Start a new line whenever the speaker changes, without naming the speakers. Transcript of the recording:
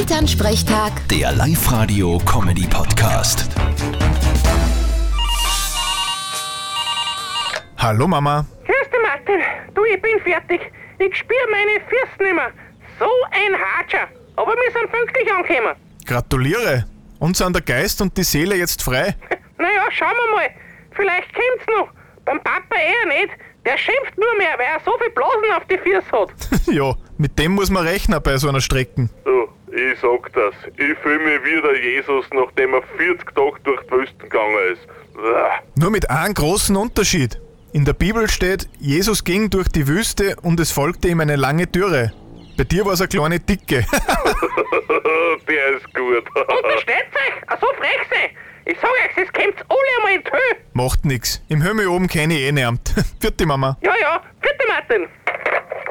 Elternsprechtag,
Der Live-Radio-Comedy-Podcast.
Hallo Mama.
Grüß dich, Martin. Du, ich bin fertig. Ich spüre meine Füße nicht mehr. So ein Hatscher. Aber wir sind pünktlich angekommen.
Gratuliere. Uns sind der Geist und die Seele jetzt frei.
Naja, schauen wir mal. Vielleicht kommt's noch. Beim Papa eher nicht. Der schimpft nur mehr, weil er so viel Blasen auf die Füße hat.
ja, mit dem muss man rechnen bei so einer Strecke.
Du, ich sag das. Ich fühle mich wie der Jesus, nachdem er 40 Tage durch die Wüsten gegangen ist. Uah.
Nur mit einem großen Unterschied. In der Bibel steht, Jesus ging durch die Wüste und es folgte ihm eine lange Dürre. Bei dir war es eine kleine Dicke.
Der ist gut.
Versteht's euch? Ah, so frech sei. Ich sag euch, es kommt's alle einmal in die Höhe.
Macht nix. Im Himmel oben kenne ich eh niemand. Vierte Mama.
Ja, ja. Bitte, Martin.